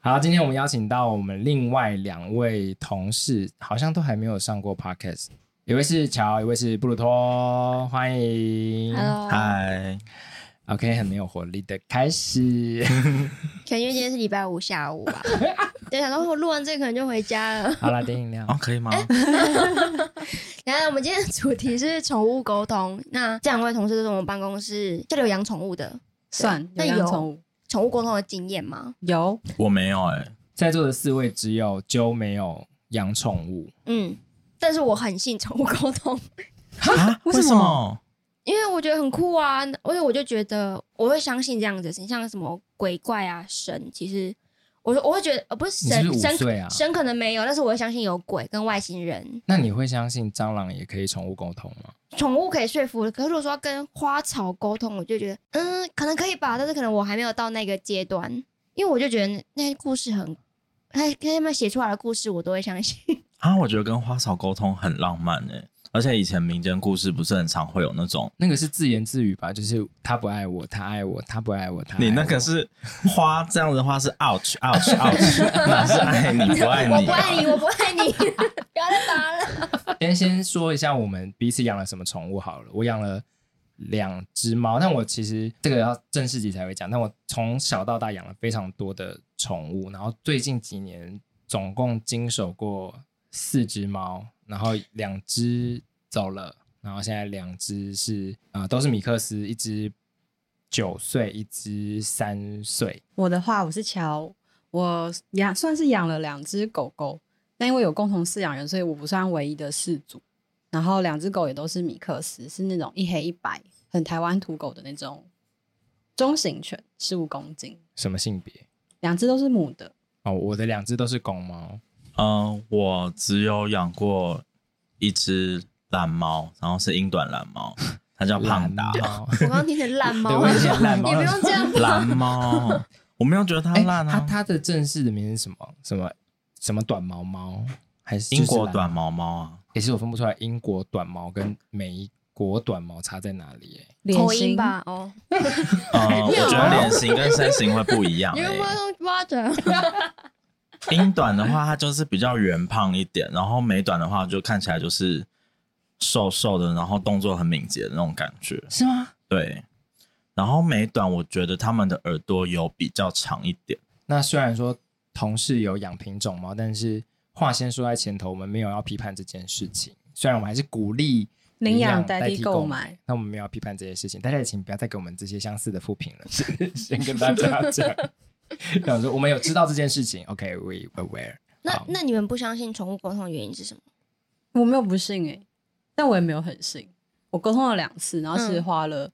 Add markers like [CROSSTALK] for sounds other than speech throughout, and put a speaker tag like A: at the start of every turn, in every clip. A: 好，今天我们邀请到我们另外两位同事，好像都还没有上过 podcast，一位是乔，一位是布鲁托，欢迎。
B: Hello，
C: 嗨，
A: OK，很没有活力的开始。
C: [LAUGHS]
B: 可能因为今天是礼拜五下午
A: [LAUGHS]
B: 吧，对，想说我录完这个可能就回家了。 [LAUGHS]
A: 好啦，点饮料
C: 哦，。可以吗？
D: 哎
B: 然后我们今天的主题是宠物沟通，那这两位同事都是我们办公室这里有养宠物的，
D: 算
B: 那
D: 有
B: 有
D: 养宠物
B: 宠物沟通的经验吗？
D: 有
C: 我没有哎、
A: 在座的四位只有啾没有养宠物，
B: 嗯，但是我很信宠物沟通，
C: 啊，为
D: 为什
C: 什么？
B: 因为我觉得很酷啊，而且我就觉得我会相信这样子的事情，像什么鬼怪啊、神，其实我我会觉得呃不是
A: 你是
B: 神
A: 不是五
B: 神
A: 岁啊？
B: 神可能没有，但是我会相信有鬼跟外星人。
A: 那你会相信蟑螂也可以宠物沟通吗？
B: 宠物可以说服，可是如果说要跟花草沟通，我就觉得，嗯，可能可以吧，但是可能我还没有到那个阶段，因为我就觉得那些故事很， [LAUGHS] 他他们写出来的故事，我都会相信。
C: 啊，我觉得跟花草沟通很浪漫哎、而且以前民间故事不是很常会有那种，
A: 那个是自言自语吧，就是他不爱我，他爱我，他不爱我，他爱我
C: 你那个是花这样子的话是 ouch
A: [LAUGHS]
C: ouch ouch，哪是爱你不
A: 哎
C: 爱
B: 我
C: 你
B: 不
C: 啊、
B: 爱你，我不爱你，不要再打了。
A: 先先说一下我们彼此养了什么宠物好了。我养了两只猫，但我其实这个要正式级才会讲。但我从小到大养了非常多的宠物，然后最近几年总共经手过四只猫，然后两只走了，然后现在两只是呃都是米克斯，一只九岁，一只三岁。
D: 我的话，我是乔，我养算是养了两只狗狗，但因为有共同饲养人，所以我不算唯一的饲主。然后两只狗也都是米克斯，是那种一黑一白，很台湾土狗的那种中型犬，十五公斤，
A: 什么性别？
D: 两只都是母的。
A: 哦，我的两只都是公猫。
C: 嗯，我只有养过一只蓝猫，然后是英短蓝猫，它叫胖达
A: 懒猫，
B: 我刚刚听成烂
A: [LAUGHS] 对，
B: 猫啊
A: 我，以前懒猫。
B: 你不用这样吧。
C: 蓝猫，我没有觉得它
A: 哎，
C: 烂
A: 它
C: 啊，
A: 它的正式的名是什么？什么什么短毛猫？还是
C: 英国？
A: 就是
C: 短
A: 蓝
C: 毛猫啊，
A: 也是我分不出来英国短毛跟美国短毛差在哪里、欸。
B: 口音吧，哦，
C: 呃，我觉得脸型跟身形会不一样、
B: 你有没
C: 欸。
B: 有巴掌？
C: 英短的话，它就是比较圆胖一点，然后美短的话就看起来就是瘦瘦的，然后动作很敏捷的那种感觉。
A: 是吗？
C: 对，然后美短我觉得它们的耳朵有比较长一点。
A: 那虽然说同事有养品种猫，但是话先说在前头，我们没有要批判这件事情。虽然我们还是鼓励
D: 领
A: 养
D: 养代
A: 替
D: 替
A: 购
D: 购买，
A: 那我们没有要批判这些事情。大家也请不要再给我们这些相似的负评了，先跟大家讲。 [LAUGHS] 想说我们有知道这件事情，OK，we、aware。
B: 那
A: 好
B: 那你们不相信宠物沟通的原因是什么？ [LAUGHS]
D: 我没有不信诶、但我也没有很信。我沟通了两次，然后是
B: 嗯
D: 花了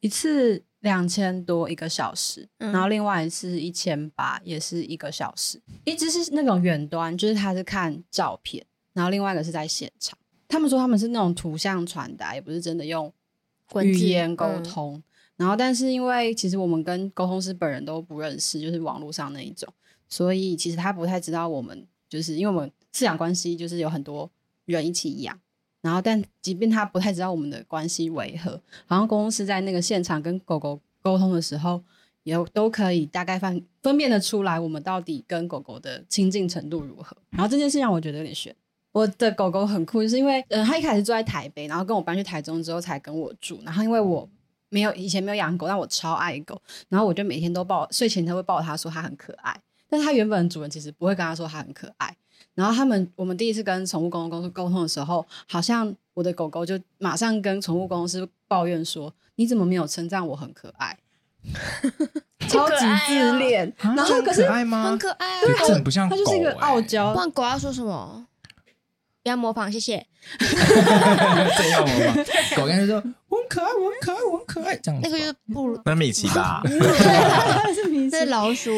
D: 一次两千多一个小时，
B: 嗯
D: 然后另外一次一千八也是一个小时。一只是那种远端，就是他是看照片，然后另外一个是在现场。他们说他们是那种图像传达，也不是真的用
B: 文字
D: 语言沟
B: 嗯
D: 通。然后，但是因为其实我们跟沟通师本人都不认识，就是网络上那一种，所以其实他不太知道我们，就是因为我们饲养关系就是有很多人一起养，然后但即便他不太知道我们的关系为何，然后公司在那个现场跟狗狗沟通的时候，也都可以大概分分辨得出来我们到底跟狗狗的亲近程度如何。然后这件事让我觉得有点悬。我的狗狗很酷，就是因为呃，它一开始住在台北，然后跟我搬去台中之后才跟我住。然后因为
B: 嗯
D: 我没有以前没有养狗，但我超爱狗，然后我就每天都抱，睡前都会抱它，说它很可爱。但是它原本的主人其实不会跟它说它很可爱。然后他们，我们第一次跟宠物沟通公司沟通的时候，好像我的狗狗就马上跟宠物公司抱怨说：“你怎么没有称赞我很可
B: [LAUGHS]
D: 爱？”超级自恋。
A: 啊
D: 然后
A: 这
D: 可是
A: 很可爱吗？
B: 很可爱啊
A: 对，，这很不像
D: 它就是一个
A: 狗欸
D: 傲娇
B: 不，然狗要说什么？不要模仿，谢谢。
A: [LAUGHS] 这要我
B: [LAUGHS]
A: 吗？狗跟他说我很可爱，我很可爱，我很可爱，这样子
B: 那
A: 吧。
B: 个就是不 [LAUGHS] 如，
C: 那米奇吧，
D: 是明
B: 这是老 [LAUGHS] 鼠。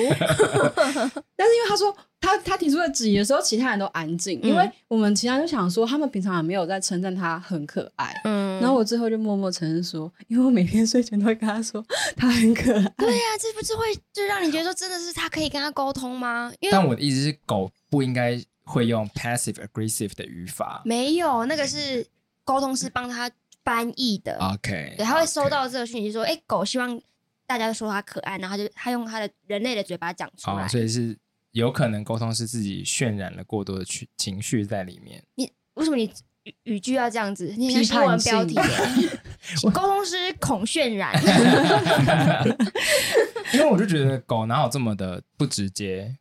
D: 但是因为他说他他提出了质疑的时候，其他人都安静，因为
B: 嗯
D: 我们其他人就想说，他们平常也没有在称赞他很可爱。
B: 嗯，
D: 然后我最后就默默承认说，因为我每天睡前都会跟他说他很可爱。 [LAUGHS]
B: 对呀、这不是会就让你觉得说真的是他可以跟他沟通吗？因为
A: 但我的意思是，狗不应该会用 passive aggressive 的语法。
B: 没有那个是沟通师帮他翻译的，
A: 哦 OK，
B: 对，他会收
A: OK
B: 到这个讯息说，哎、狗希望大家都说它可爱，然后他就他用他的人类的嘴巴讲出来，
A: 哦，所以是有可能沟通是自己渲染了过多的情情绪在里面。 [LAUGHS]
B: 为什么你语语句要这样子？你
D: 批
B: 很像
D: 判
B: 新闻标题
D: 性
B: 耶，
A: [LAUGHS]
B: 沟通师恐渲染，
A: 因为我就觉得狗哪有这么的不直接，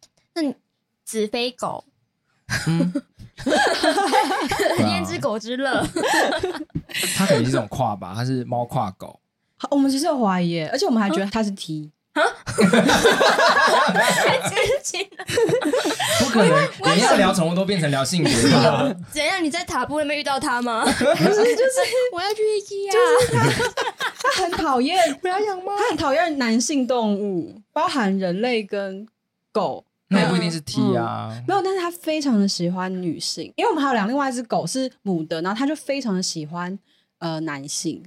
B: 子非狗， [LAUGHS]
A: 嗯，对啊
B: 焉知狗
A: [LAUGHS]
B: 之乐？
A: 它可能是一种跨吧，它是猫跨狗，
D: 好哦我们其实有怀疑耶，而且我们还觉得他是 T，、
B: 真情
A: 不可能连要聊宠物都变成聊性别吧？
B: [LAUGHS] 怎样？你在塔布那边遇到他吗？
D: 不是就是
B: 我要去夜啊！
D: 他很讨厌， [LAUGHS] 不要养猫，他很讨厌男性动物，包含人类跟狗。
A: 那也不一定是 T 啊，
D: 没有，但是他非常的喜欢女性，因为我们还有两另外一只狗是母的，然后他就非常的喜欢呃男性，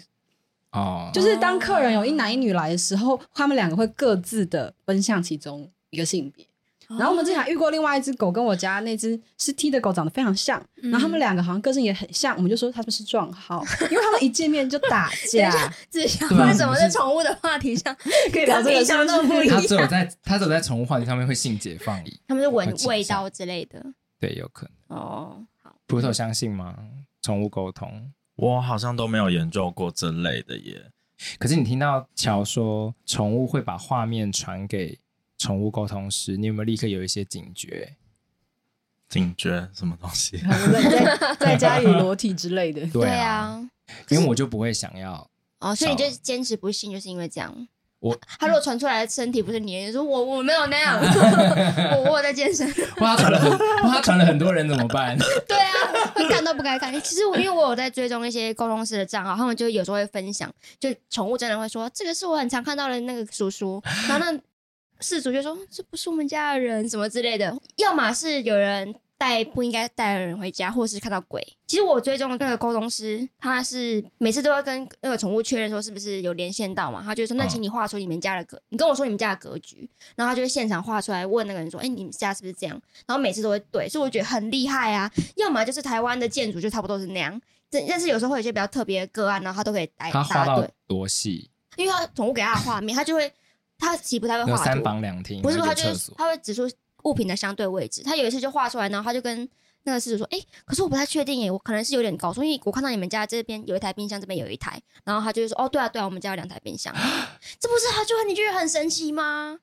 B: 嗯
A: 哦，
D: 就是当客人有一男一女来的时候，他们两个会各自的奔向其中一个性别。然后我们之前还遇过另外一只狗，跟我家那只是 T 的狗长得非常像，然后他们两个好像个性也很像，我们就说他们是撞 [LAUGHS] 号，因为他们一见面就打
B: 等
D: 架
B: 一。子祥
A: 对啊
B: 为什么
A: 你
B: 在
A: 是
B: 宠物的话题上
D: 可以聊这
B: 跟平
D: 个是不
B: 常都不一
D: 是？
A: 它
B: 样？
A: 只有在它只有在宠物话题上面会性解放，
B: [LAUGHS] 他们是闻
A: 会倾向
B: 味道之类的
A: 对，有可能。
B: 哦。好，
A: 葡萄相信吗？宠物沟通，
C: [LAUGHS] 我好像都没有研究过这类的耶。
A: 可是你听到乔说宠物会把画面传给宠物沟通师，你有没有立刻有一些警觉？
C: 警觉什么东西？
D: 在在在家里裸体之类的，
A: 对啊，
B: 啊，
A: 因为我就不会想要。
B: 哦，所以你
A: 少
B: 就坚持不信，就是因为这样。
A: 我
B: 他如果传出来的身体不是你的，你说我我没有那样，我我有在健身。
A: 哇，他传了很，哇，他传了很多人怎么办？
B: [LAUGHS] 对啊，会看都不该看。其实我因为我有在追踪一些沟通师的账号，他们就有时候会分享，就宠物真的会说这个是我很常看到的那个叔叔，然后那事主就说这不是我们家的人什么之类的，要么是有人带不应该带的人回家，或是看到鬼。其实我追踪的那个沟通师，他是每次都要跟那个宠物确认说是不是有连线到嘛，他就说那
C: 嗯
B: 请你画出你们家的格，你跟我说你们家的格局，然后他就会现场画出来问那个人说，哎、你们家是不是这样？然后每次都会对，所以我觉得很厉害啊。要么就是台湾的建筑就差不多是那样，但但是有时候会有一些比较特别的个案，然后他都可以答
A: 他画
B: 答
A: 到
B: 对，
A: 多细？
B: 因为他宠物给他的画面，他就会他其实不太会
A: 那
B: 画
A: 三
B: 图，
A: 房两厅，
B: 不是不是，
A: 还
B: 他
A: 有
B: 就
A: 厕
B: 是
A: 所，
B: 他会指出物品的相对位置。他有一次就画出来，然后他就跟那个事主说：“哎、可是我不太确定耶，我可能是有点搞错，因为我看到你们家这边有一台冰箱，这边有一台。”然后他就会说：“哦，对啊，对啊，我们家有两台
A: [LAUGHS]
B: 冰箱。”这不是他就你觉得很神奇吗？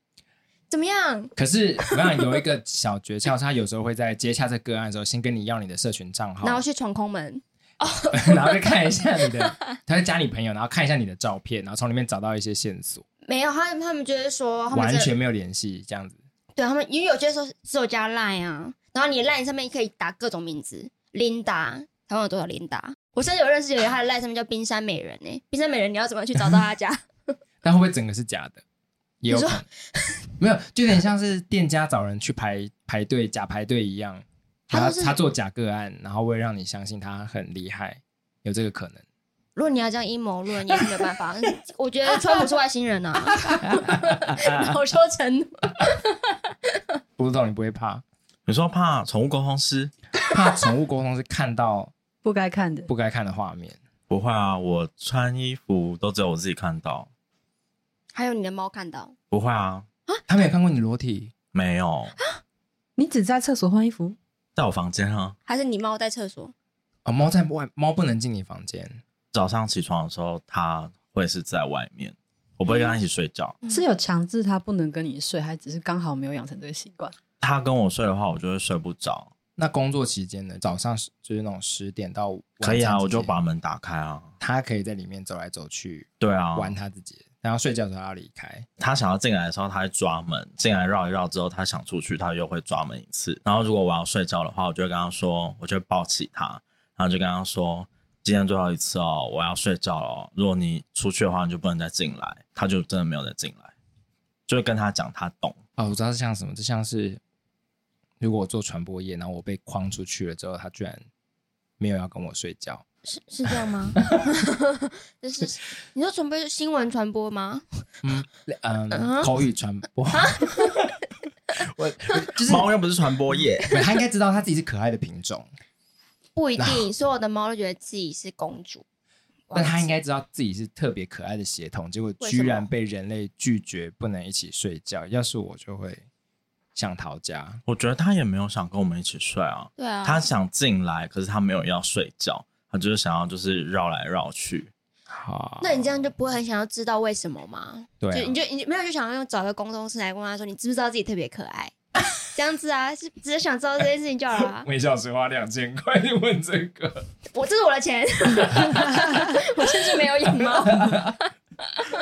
B: 怎么样？
A: 可是我想有一个小诀窍，是他有时候会在接洽这个案的时候，先跟你要你的社群账号，
B: 然后去闯空门，
A: [LAUGHS] 然后就看一下你的，他会加你朋友，然后看一下你的照片，然后从里面找到一些线索，
B: 没有他他们就是说他们
A: 完
B: 这
A: 全没有联系这样子。
B: 对他们，因为有些时候只有加 Line 啊，然后你 Line 上面可以打各种名字，Linda，台湾有多少 Linda？我甚至有认识有人，他的 Line 上面叫冰山美人呢、冰山美人，你要怎么去找到他家？ [LAUGHS]
A: 但会不会整个是假的？也有
B: 你
A: 可
B: 说
A: 能， [LAUGHS] 没有，就有点像是店家找人去排排队假排队一样，
B: 他
A: 他
B: 都是
A: 他做假个案，然后为了让你相信他很厉害，有这个可能。
B: 如果你要这样阴谋论，你也是没有办法。 [LAUGHS] 我觉得川普是外星人
A: [LAUGHS]
B: 呐、啊，恼羞成怒。
A: 不知道你不会怕，
C: 你说怕宠物沟通师？
A: 怕宠物沟通是看到
D: 不该看的。
A: 不该看的画面， [LAUGHS]
C: 不会啊，我穿衣服都只有我自己看到。
B: 还有你的猫看到，
C: 不会啊，
A: 他没有看过你裸体，
C: 没有，
D: [LAUGHS] 你只在厕所换衣服，
C: 在我房间啊。
B: 还是你猫在厕所？
A: 哦，猫在外，猫不能进你房间，
C: 早上起床的时候，它会是在外面，我不会跟它一起睡觉。
B: 嗯
D: 是有强制他不能跟你睡，还只是刚好没有养成这个习惯。
C: 它跟我睡的话，我就会睡不着。
A: 那工作期间呢？早上是就是那种十点到晚
C: 可以
A: 上
C: 啊，
A: 之
C: 我就
A: 间
C: 把门打开啊。
A: 他可以在里面走来走去，
C: 对啊，
A: 玩他自己，然后睡觉的时候要离开。
C: 它想要进来的时候，它会抓门，进来绕一绕之后，它想出去，它又会抓门一次。然后如果我要睡觉的话，我就会跟它说，我就会抱起它，然后就跟它说。今天最后一次哦，我要睡觉了哦。如果你出去的话，你就不能再进来。它就真的没有再进来，就会跟它讲，它懂。
A: 哦，我知道是像什么，这像是如果我做传播业，然后我被框出去了之后，他居然没有要跟我睡觉，
B: 是是这样吗？ [LAUGHS] 就是 [LAUGHS] 你说准备新闻传播吗？
A: 嗯嗯，
B: 嗯
A: 口语传播， [LAUGHS]
C: [LAUGHS]
A: 我就是
C: 猫又不是传播业，
A: 对他应该知道他自己是可爱的品种，
B: 不一定，所有的猫都觉得自己是公主。
A: 但他应该知道自己是特别可爱的血统，结果
B: 为什
A: 居
B: 么
A: 然被人类拒绝，不能一起睡觉。要是我就会想逃家，
C: 我觉得他也没有想跟我们一起睡啊，
B: 对啊，
C: 他想进来，可是他没有要睡觉，他就是想要就是绕来绕去。
A: 好，
B: 那你这样就不会很想要知道为什么吗？
A: 对啊、
B: 就你就你没有就想要用找一个公公司来问他说，你知不知道自己特别可爱？ [LAUGHS] 这样子啊，是只是想知道这件事情就好了啊、
A: 每小时花两千块就问这个，
B: [LAUGHS] 我这是我的钱， [LAUGHS] 我甚至没有养 [LAUGHS] 猫。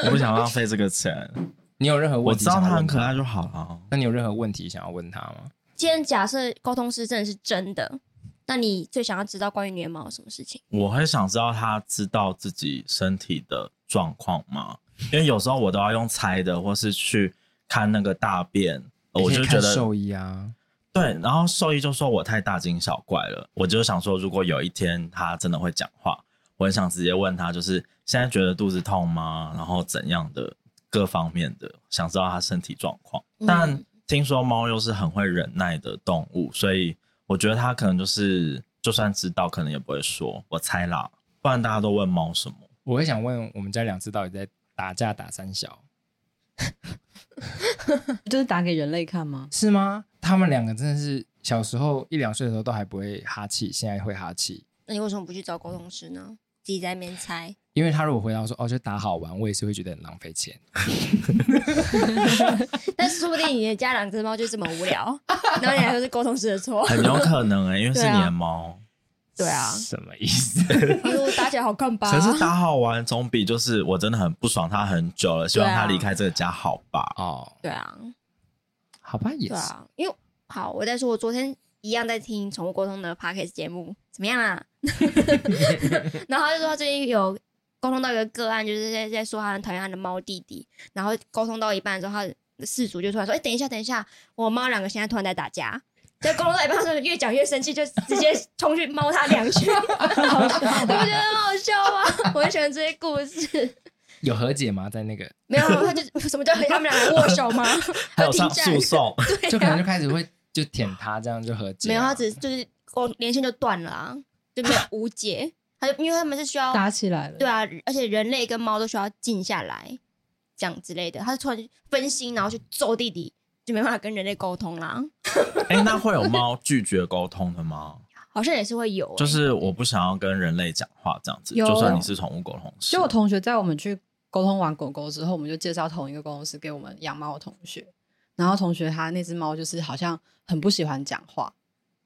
C: 我不想浪费这
A: [LAUGHS]
C: 个钱，
A: 你有任何
C: 我
A: 问啊题？
C: 知道他很可爱。就好了。
A: 那你有任何问题想要问他吗？
B: 今天假设沟通师真的是真的，那你最想要知道关于你的猫什么事情？
C: 我会想知道他知道自己身体的状况吗？因为有时候我都要用猜的，或是去看那个大便，呃我
A: 你可
C: 就
A: 以
C: 觉
A: 看
C: 得
A: 兽医啊，
C: 对，然后兽医就说我太大惊小怪了，我就想说，如果有一天他真的会讲话，我很想直接问他，就是现在觉得肚子痛吗？然后怎样的各方面的，想知道他身体状况。但
B: 嗯
C: 听说猫又是很会忍耐的动物，所以我觉得它可能就是就算知道，可能也不会说。我猜啦，不然大家都问猫什么？
B: [LAUGHS]
A: 我会想问我们家两只到底在打架打三小
D: 就是打给人类看吗？
A: 是吗？他们两个真的是小时候一两岁的时候都还不会哈气，现在会哈气。
B: 那你为什么不去找沟通师呢？自己在那边 [LAUGHS] 猜，
A: 因为他如果回答说哦就打好玩，我也是会觉得很浪费钱。
B: 但是说不定你的家两只猫就这么无 [LAUGHS] 聊，然后你还说是沟通师的 [LAUGHS] 错。
C: 很有可能哎、因为是
B: 对啊
C: 你的猫，
B: 对啊，
A: 什么意思？ [LAUGHS]
B: 他说哎打起来好看吧？
C: 可是打好玩总比就是我真的很不爽它很久了，希望它离开这个家好吧？
A: 哦，
B: 对啊，
A: 好吧，也
B: 对
A: 是。
B: 啊，因为好，我在说，我昨天一样在听宠物沟通的 podcast 节目，怎么样啊？ [LAUGHS] 然后他就说他最近有沟通到一个个案，就是在在说他很讨厌他的猫弟弟，然后沟通到一半的时候，他的事主就突然说：“哎、等一下，等一下，我猫两个现在突然在打架。”在沟通到一半，他说越讲越生气，就直接冲去猫他两拳， [LAUGHS] 你不觉得很好笑吗？ [LAUGHS] 我很喜欢这些故事。 [LAUGHS]
A: 有和解吗？在那个
B: 没有，啊他就什么叫他们两个握
C: [LAUGHS]
B: 手吗？
C: 还有
B: 停
C: 上
B: 战
C: 诉
A: [LAUGHS]
C: 讼，
B: 对、啊，
A: 就可能就开始会就舔他，这样就和解啊。
B: 没有，他只是就是我连线就断了啊，就没有无解。他就因为他们是需要
D: 打起来了，
B: 对啊，而且人类跟猫都需要静下来讲之类的，他就突然就分心，然后去揍弟弟，就没办法跟人类沟通啦。
C: 哎、那会有猫拒绝沟通
A: [LAUGHS]
C: 的吗？
B: 好像也是会有欸、
C: 就是我不想要跟人类讲话这样子，
D: 有
C: 就算你是宠物沟通师，
D: 就我同学在我们去沟通完狗狗之后，我们就介绍同一个公司给我们养猫的同学，然后同学他那只猫就是好像很不喜欢讲话，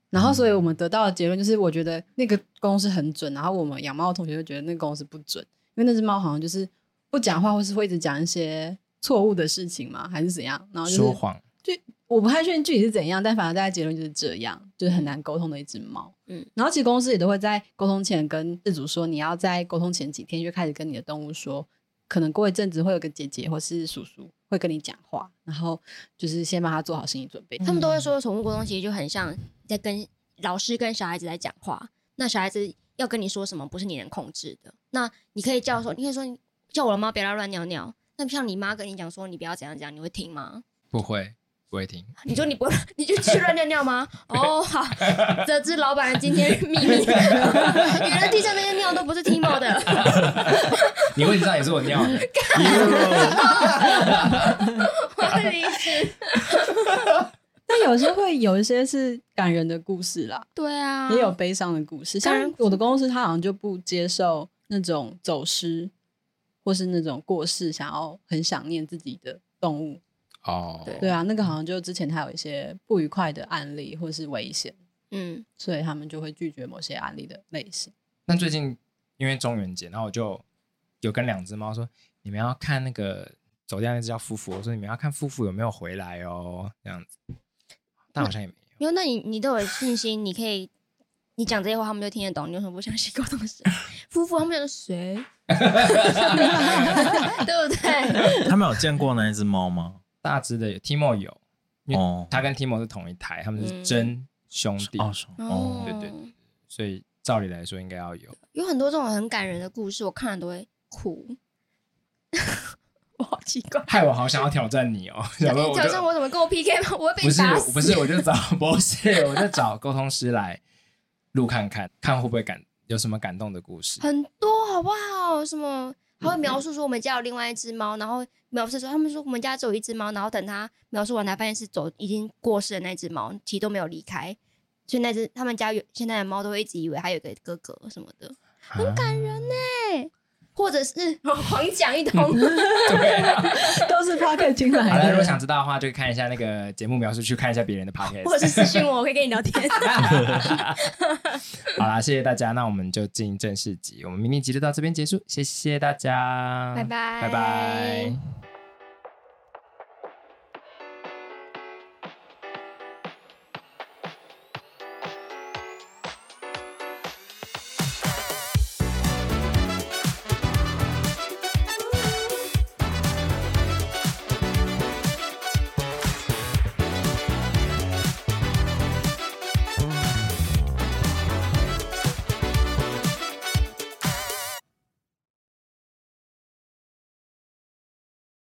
D: 然后所以我们得到的结论就是，我觉得那个公司很准，然后我们养猫的同学就觉得那个公司不准，因为那只猫好像就是不讲话，或是会一直讲一些错误的事情嘛，还是怎样，然后就是
A: 说谎。
D: 我不太确定具体是怎样，但反正大家结论就是这样，就是很难沟通的一只猫。
B: 嗯
D: 嗯，然后其实公司也都会在沟通前跟事主说，你要在沟通前几天就开始跟你的动物说，可能过一阵子会有个姐姐或是叔叔会跟你讲话，然后就是先帮他做好心理准备。嗯
B: 他们都会说，宠物沟通其实就很像在跟老师跟小孩子在讲话。那小孩子要跟你说什么，不是你能控制的。那你可以叫说，你可以说你叫我的猫不要乱尿尿。那像你妈跟你讲说你不要怎样怎样，你会听吗？
A: 不会，不会听。
B: 你说你不， [LAUGHS] 你就去乱尿尿 [LAUGHS] 吗？哦，好，得知老板今天秘密， [LAUGHS] 原来地上那些尿都不是 Timo 的，
A: 你位置上也是我尿
B: [LAUGHS]
A: 的。
B: 我的意思。
D: 但有些会有一些是感人的故事啦，
B: 对啊，
D: 也有悲伤的故事。
B: 感人
D: 像
B: 故事
D: 我的公司，他好像就不接受那种走失或是那种过世，想要很想念自己的动物。
A: 哦，
B: 对
D: 对啊，那个好像就之前他有一些不愉快的案例或是危险，
B: 嗯，
D: 所以他们就会拒绝某些案例的类型。
A: 那最近因为中元节，然后我就有跟两只猫说，你们要看那个走掉那只叫夫妇，我说你们要看夫妇有没有回来哦，这样子。但好像也没有。
B: 因为那你你都有信心，你可以，你讲这些话他们就听得懂，你为什么不相信沟通 [LAUGHS] 师？夫妇他们觉得 [LAUGHS] 谁？对不对？
C: [LAUGHS] 他们有见过那一只猫吗？
A: 大只的有 Timo 有，因为
C: 哦
A: 他跟 Timo 是同一台，他们
B: 嗯
A: 是真兄弟，
C: 哦是哦，
A: 对对对所以照理来说应该要有。
B: 有很多这种很感人的故事，我看了都会哭。我好奇怪，
A: 害我好想要挑战你哦，想说
B: [LAUGHS] 挑
A: 我
B: 挑战
A: 就
B: 哎我怎么跟我 PK 吗？我会被
A: 不是
B: 打死。
A: 不是，我就找不是，我就找沟通师来录看看，看会不会感有什么感动的故事。
B: 很多好不好？什么他会描述说我们家有另外一只猫，然后描述说他们说我们家只有一只猫，然后等他描述完才发现是走已经过世的那只猫，其实都没有离开，所以那只他们家有现在的猫都会一直以为还有一个哥哥什么的，
A: 很感人
B: 啊
A: 呢、
B: 或者是 [LAUGHS] 狂讲一通。
A: [LAUGHS]
B: [LAUGHS]
A: 对啊，
D: [LAUGHS] 都是 Pocket 听 [LAUGHS]
A: 好
D: 来
A: 了，如果
D: 的。
A: 想知道的话，就看一下那个节目描述，去看一下别人的 podcast。
B: 或者是私信我，我可以跟你聊天。
A: 好啦，谢谢大家，那我们就进正式集，我们明天集就到这边结束，谢谢大家，
B: 拜拜
A: 拜拜。